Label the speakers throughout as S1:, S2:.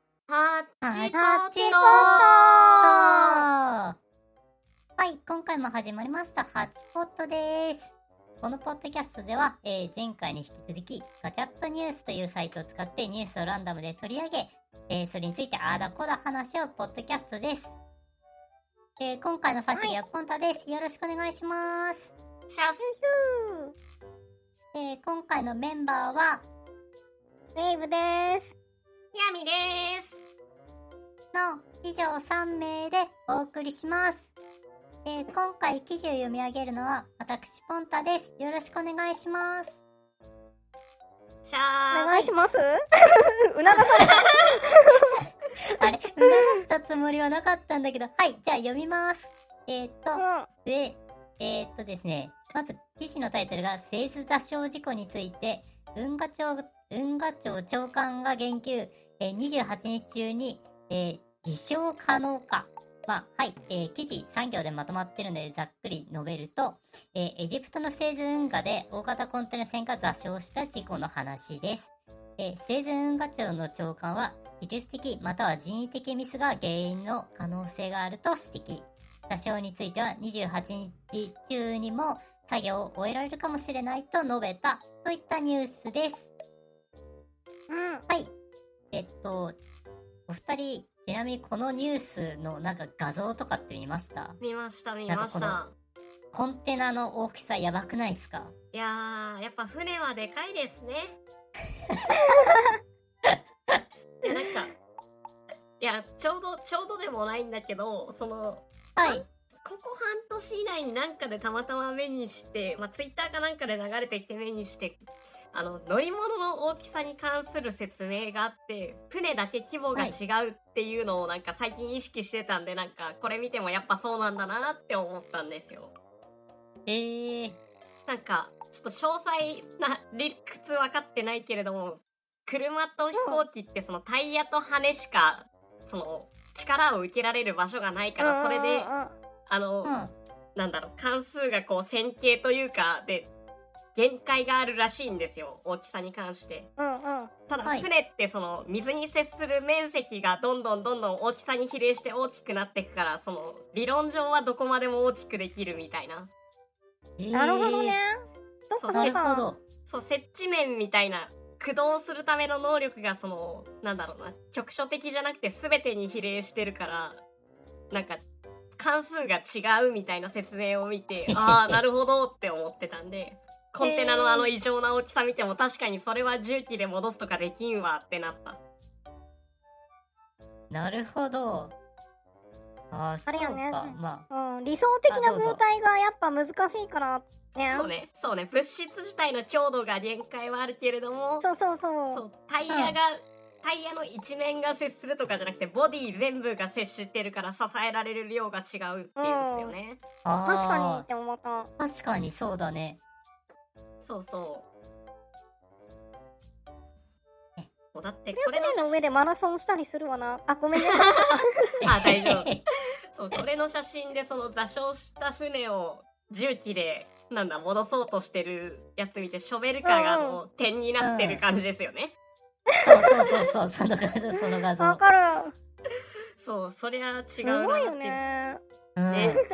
S1: ッチポ
S2: あタッチ
S1: ッ
S2: ポ
S1: ト
S2: はい、今回も始まりました、ハチポットです。このポッドキャストでは、えー前回に引き続き、ガチャットニュースというサイトを使ってニュースをランダムで取り上げ、えーそれについてあーだこだ話し合うポッドキャストです。えー今回のファシリはポンタです。よろしくお願いします。
S1: シャフ
S2: えー今回のメンバーは、
S3: ウェーブです。
S1: ヤミです
S2: の以上3名でお送りします。えー今回記事を読み上げるのは私ポンタです。よろしくお願いします。
S1: シ
S3: お
S1: ャ
S3: 願いします。 うなだされた。
S2: あれ、促したつもりはなかったんだけど、はい、じゃあ読みます。えーっと、で、えーっとですね、まず記事のタイトルが、製図座礁事故について、運河庁、運河庁長官が言及、えー28日中に、えー偽証可能か。まあ、はい、えー記事3行でまとまってるので、ざっくり述べると、えーエジプトの製図運河で大型コンテナ船が座礁した事故の話です。えー、製図運河庁の長官は、技術的または人為的ミスが原因の可能性があると指摘。座礁については28日中にも作業を終えられるかもしれないと述べたといったニュースです。
S3: うん。
S2: はい。えっと、お二人、ちなみにこのニュースのなんか画像とかって見ました
S1: 見ました見まし
S2: なん
S1: た
S2: コンテナの大きさやばくないですか
S1: いやーやっぱ船はでかいですねいやなんかいやちょうどちょうどでもないんだけどその
S2: はい。
S1: ここ半年以内になんかでたまたま目にして、まあ、ツイッターかなんかで流れてきて目にしてあの乗り物の大きさに関する説明があって船だけ規模が違うっていうのをなんか最近意識してたんで、なんかこれ見てもやっぱそうなんだなって思ったんですよ。
S2: えー、
S1: なんかちょっと詳細な理屈分かってないけれども車と飛行機ってそのタイヤと羽しかその力を受けられる場所がないからそれであの、
S2: うん。
S1: なんだろう関数がこう線形というかで限界があるらしいんですよ大きさに関して
S3: うんうんうん。
S1: ただ
S2: はい
S1: 船ってその水に接する面積がどんどんどんどん大きさに比例して大きくなっていくからその理論上はどこまでも大きくできるみたいな
S2: えー
S3: なるほどね。どっか
S1: そ
S2: な
S3: そ
S2: る
S3: っ
S2: ほ
S3: か。
S2: ど。
S1: そう接地面みたいな駆動するための能力がそのなんだろうな局所的じゃなくて全てに比例してるからなんか関数が違うみたいな説明を見てああなるほどって思ってたんでコンテナのあの異常な大きさ見ても確かにそれは重機で戻すとかできんわってなった
S2: なるほど。あー、
S3: あれや
S2: そう
S3: ね
S2: か。ま
S3: うん、理想的な
S2: あどうぞ
S3: 物体がやっぱ難しいからね。
S1: そうねそうね物質自体の強度が限界はあるけれども
S3: そうそうそう。
S1: そうタイヤが、タイヤの一面が接するとかじゃなくてボディ全部が接してるから支えられる量が違うっていうんですよね、
S2: あ、あー
S3: 確かにって思った。
S2: 確かにそうだね。
S1: そうそう
S2: え
S1: もうだってこれの
S3: 船の
S1: 写
S3: 上
S1: 真
S3: でマラソンしたりするわな。あ、ごめんね。
S1: あ大 丈
S2: え
S1: そうこれの写真でその座礁した船を重機でなんだ戻そうとしてるやつ見てショベルカーが
S3: うんうん
S1: もう点になってる感じですよね、
S2: そうそうそうそう、その画像、その画像。
S3: わかる。
S1: そうそりゃ違うなって
S3: すごいよね。
S2: うん
S1: ね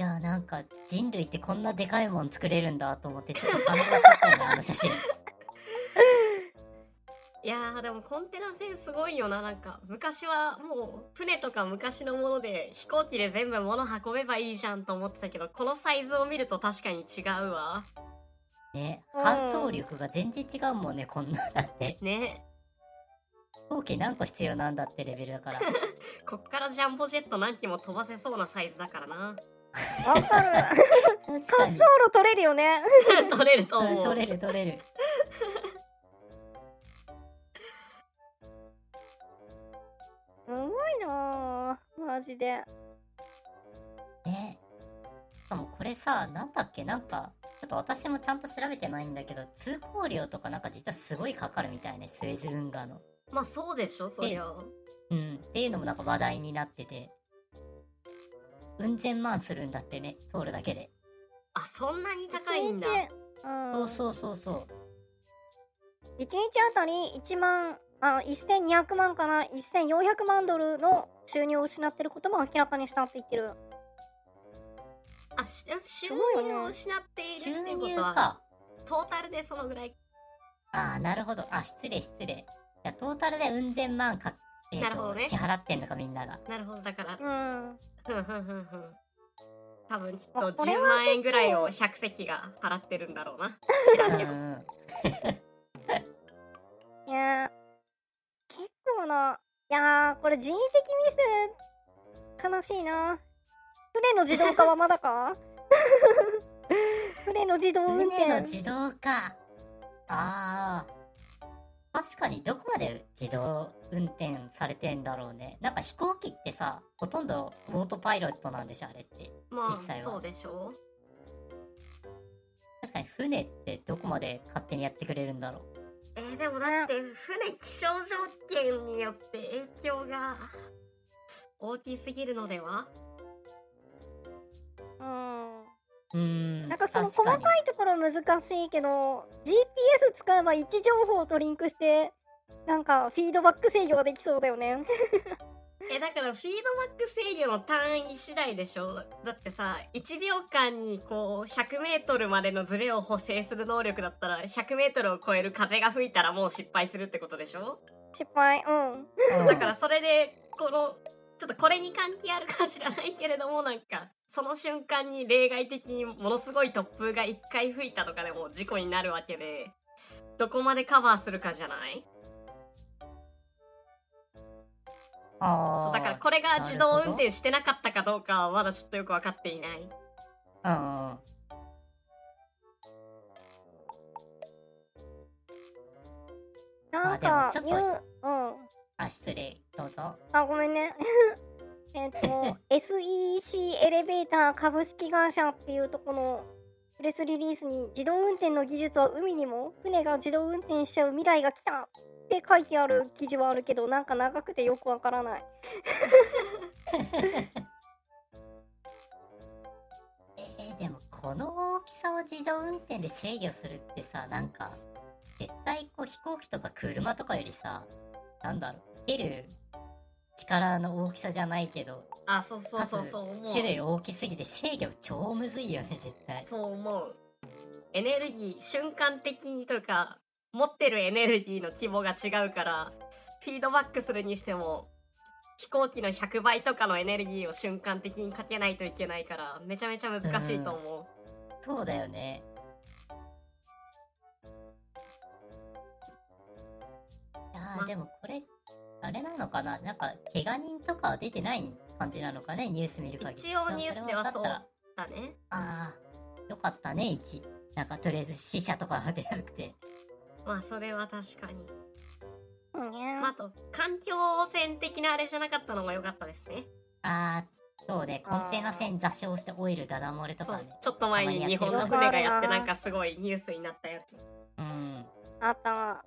S2: いやなんか人類ってこんなでかいもん作れるんだと思ってちょっと感動しちゃったよねあの写真
S1: いやーでもコンテナ船すごいよななんか昔はもう船とか昔のもので飛行機で全部物運べばいいじゃんと思ってたけどこのサイズを見ると確かに違うわ
S2: ね
S3: うん
S2: 搬送力が全然違うもんねこんなんだって
S1: ね
S2: 飛行機何個必要なんだってレベルだから
S1: こっからジャンボジェット何機も飛ばせそうなサイズだからな
S3: わかる。
S2: 確か
S3: 滑
S2: に
S3: 走路取れるよね。
S1: 取れると
S2: うん
S1: 思う
S2: 取れる取れる
S3: すごいなぁ。マジで。
S2: ねしかもこれさなんだっけなんかちょっと私もちゃんと調べてないんだけど通行料とかなんか実はすごいかかるみたいねスエズ運河の
S1: まあそうでしょそりゃ
S2: うんっていうのもなんか話題になっててうん千万するんだってね通るだけで
S1: あそんなに高いんだ
S3: 一日。うん。
S2: そうそうそうそう
S3: 一日あたり1万あの1200万から1400万ドルの収入を失ってることも明らかにしたって言ってる
S1: あし収
S3: ごいよね
S1: 入を失ってい
S2: 収
S1: るっていうこ
S2: 入
S1: とは
S2: か。
S1: トータルでそのぐらい
S2: ああ、なるほど。あ、失礼、失礼。じゃあトータルでうん千万か、え
S1: な
S2: ー
S1: るほ
S2: と、
S1: どね
S2: 支払ってんのか、みん なが。
S1: なるほどだから
S3: うん
S1: ふんふんふんふん多分きっと
S3: あこれ
S1: 10
S3: は
S1: 万円ぐらいを100席が払ってるんだろうな知ら
S2: うんん
S1: け
S2: う
S1: ど
S2: ん。
S3: いやー結構ないやーこれ人為的ミス悲しいな船の自動化はまだか 船の自動運
S2: 船の
S3: 転
S2: 自動化。ああ。確かにどこまで自動運転されてんだろうね。なんか飛行機ってさ、ほとんどオートパイロットなんでしょ、あれって。
S1: ま
S2: 実際
S1: あ
S2: は
S1: そうでしょ
S2: 確かに船ってどこまで勝手にやってくれるんだろう。
S1: うえーでもだって船気象条件によって影響が大きすぎるのでは
S3: うん
S2: うーん。
S3: なんかその
S2: 確
S3: 細
S2: に
S3: かいところ難しいけど GPS 使えば位置情報とリンクしてなんかフィードバック制御ができそうだよね。
S1: えだからフィードバック制御の単位次第でしょだってさ1秒間にこう 100m までのズレを補正する能力だったら 100m を超える風が吹いたらもう失敗するってことでしょ
S3: 失敗うん
S2: うん
S1: だからそれでこのちょっとこれに関係あるか知らないけれどもなんかその瞬間に例外的にものすごい突風が1回吹いたとかでも事故になるわけでどこまでカバーするかじゃないそう
S2: あー
S1: だからこれが自動運転してなかったかどうかはまだちょっとよく分かっていない。
S2: うんうん。
S3: なん
S2: まあ
S3: か
S2: でもち
S3: 言
S2: ょっと
S3: ううん
S2: あ、失礼。どうぞ。
S3: あごめんね えっ と SEC エレベーター株式会社っていうとこのプレスリリースに自動運転の技術は海にも船が自動運転しちゃう未来が来たって書いてある記事はあるけどなんか長くてよくわからない
S2: えー、でもこの大きさを自動運転で制御するってさなんか絶対こう飛行機とか車とかよりさなんだろう受ける力の大きさじゃないけど
S1: あそうそうそうそう思う
S2: 種類大きすぎて制御超むずいよね絶対
S1: そう思うエネルギー瞬間的にというか持ってるエネルギーの規模が違うからフィードバックするにしても飛行機の100倍とかのエネルギーを瞬間的にかけないといけないからめちゃめちゃ難しいと思う、
S2: そうだよねいや
S1: ま
S2: ーでもこれあれなのかななんか怪我人とかは出てない感じなのかねニュース見る限り
S1: 一応ニュースではそう
S2: れ分かったら
S1: だね
S2: ああ、よかったね、1。なんかとりあえず死者とかは出なくて。
S1: まあそれは確かに、
S3: うんね
S1: まあ、あと環境汚染的なあれじゃなかったのも良かったですね
S2: ああ、そうね、コンテナ船座礁してオイルダダ漏れと
S1: そ
S2: か
S1: う
S2: ね。
S1: ちょっと前に日本の船がやってなんかすごいニュースになったやつ
S2: うん。
S3: あったわ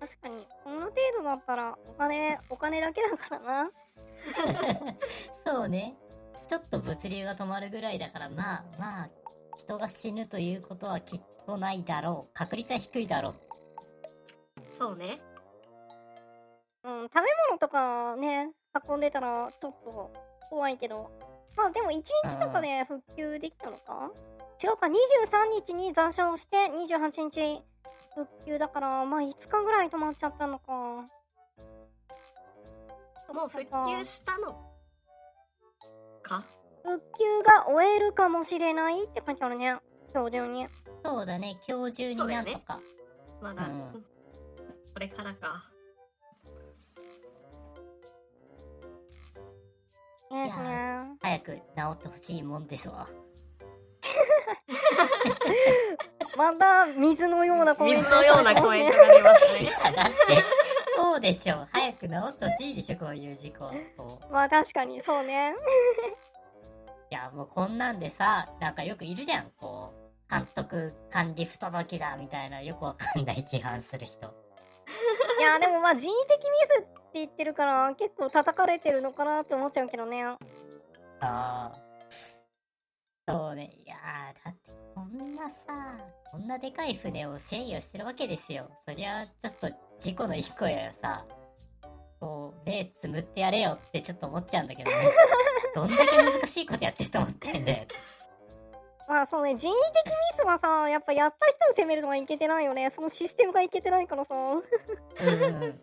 S3: 確かにこの程度だったらお金お金だけだからな
S2: そうね。ちょっと物流が止まるぐらいだから、まあまあ、人が死ぬということはきっとないだろう。確率は低いだろう。
S1: そうね
S3: うん食べ物とかね運んでたらちょっと怖いけどまあでも1日とかで復旧できたのか違うか23日に残暑して28日復旧だからまあ5日ぐらい止まっちゃったのか
S1: もう復旧したのか
S3: 復旧が終えるかもしれないって書いてあるね今日中に
S2: そうだね、今日中に
S1: そうだ
S2: な
S1: よ
S2: ん
S1: ね
S2: とか。
S1: まだ、
S2: うん
S1: これからか
S3: ね
S2: いやー早く治ってほしいもんですわ。
S3: また水のようなコメン
S1: 水
S3: ト
S1: のようなコメントが出ました
S2: い
S1: ね
S2: や、だ って、そうでしょ。早く治ってほしいでしょ、こういう事故を。
S3: まあ確かにそうね
S2: いやもうこんなんでさなんかよくいるじゃんこう監督管理不届きだみたいなよくわかんない批判する人
S3: いやでもまあ人為的ミスって言ってるから結構叩かれてるのかなって思っちゃうけどね
S2: ああそうねいやーだってこんんなさ、こんなでかい船を制御してるわけですよ。そりゃ、ちょっと事故の一個やさ、こう、目つむってやれよってちょっと思っちゃうんだけどね。 どんだけ難しいことやってると思ってんだよ。
S3: まあそうね、人為的ミスはさ、やっぱやった人を責めるのはいけてないよね。そのシステムがいけてないからさ。
S2: うん。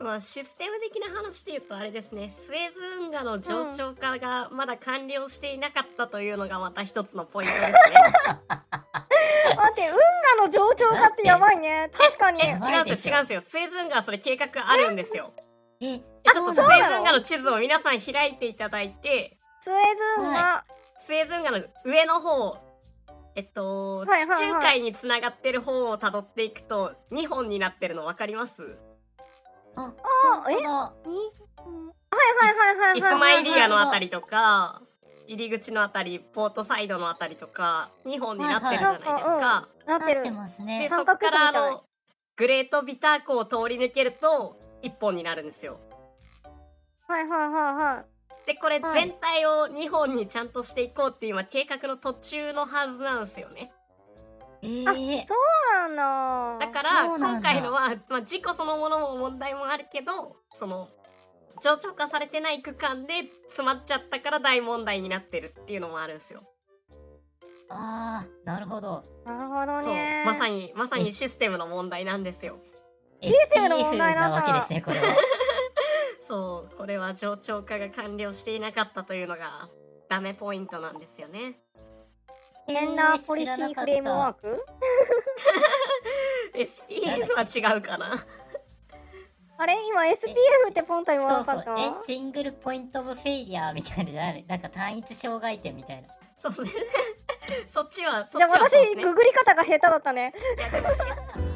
S1: まあ、システム的な話で言うとあれですねスエズ運河の上長化がまだ完了していなかったというのがまた一つのポイント ですね。
S3: 待って、運河の上長化ってやばいね。確かに。
S1: え違
S3: え、
S1: うんですよ違うんですよスエズ運河はそれ計画あるんですよ。
S2: え、ち
S1: ちょっとスエズ
S3: そうなの
S1: 運河の地図を皆さん開いていただいて
S3: スエズ運河。
S1: スエズ運河の上の方えっと、
S3: はいはいはい
S1: 地中海につながってる方をたどっていくと2本になってるの分かります
S2: あ、
S3: あ、え
S2: この
S3: にうんはいはいはいはいはいはいはい。
S1: イスマイリアのあた
S3: り。
S1: りとか入り口のあたりポートサイドのあたりとか2本になってるじゃないですか、
S3: はいはなって
S2: なっ
S3: る
S2: て。ます
S1: で
S2: ね。
S1: そ
S3: 三
S1: こ
S3: 角
S1: からあ
S3: 筋みたい
S1: のグレートビター湖を通り抜けると1本になるんですよ
S3: はいはいはいは
S1: でこれ
S2: はい
S1: 全体を2本にちゃんとしていこうっていう今計画の途中のはずなんですよね
S2: えー、
S3: い。そうなんだ。
S1: だから
S2: そうな
S1: 今
S2: んだ
S1: 回のは、まあ、事故そのものも問題もあるけどその上長化されてない区間で詰まっちゃったから大問題になってるっていうのもあるんですよ
S2: あー、なるほど。
S3: なるほど
S1: そう
S3: ね。
S1: まさにまさにシステムの問題なんですよ
S3: システムの問題なんだ
S2: SF わけですね、これは。
S1: そうこれは上長化が完了していなかったというのがダメポイントなんですよね
S3: ジェンダーポリシーフレームワーク
S1: SPF は違うかな
S3: あれ今 SPF ってポンタ言わ
S2: そ
S3: な
S2: うそ
S3: かっ
S2: う
S3: た
S2: えシングルポイント・オブ・フェイリアーみたいなのじゃないなんか単一障害点みたいな
S1: そうねそっちはそっち
S3: じゃ
S1: は
S3: あ私
S1: そうですね
S3: ググり方が下手だったね。
S1: いやでも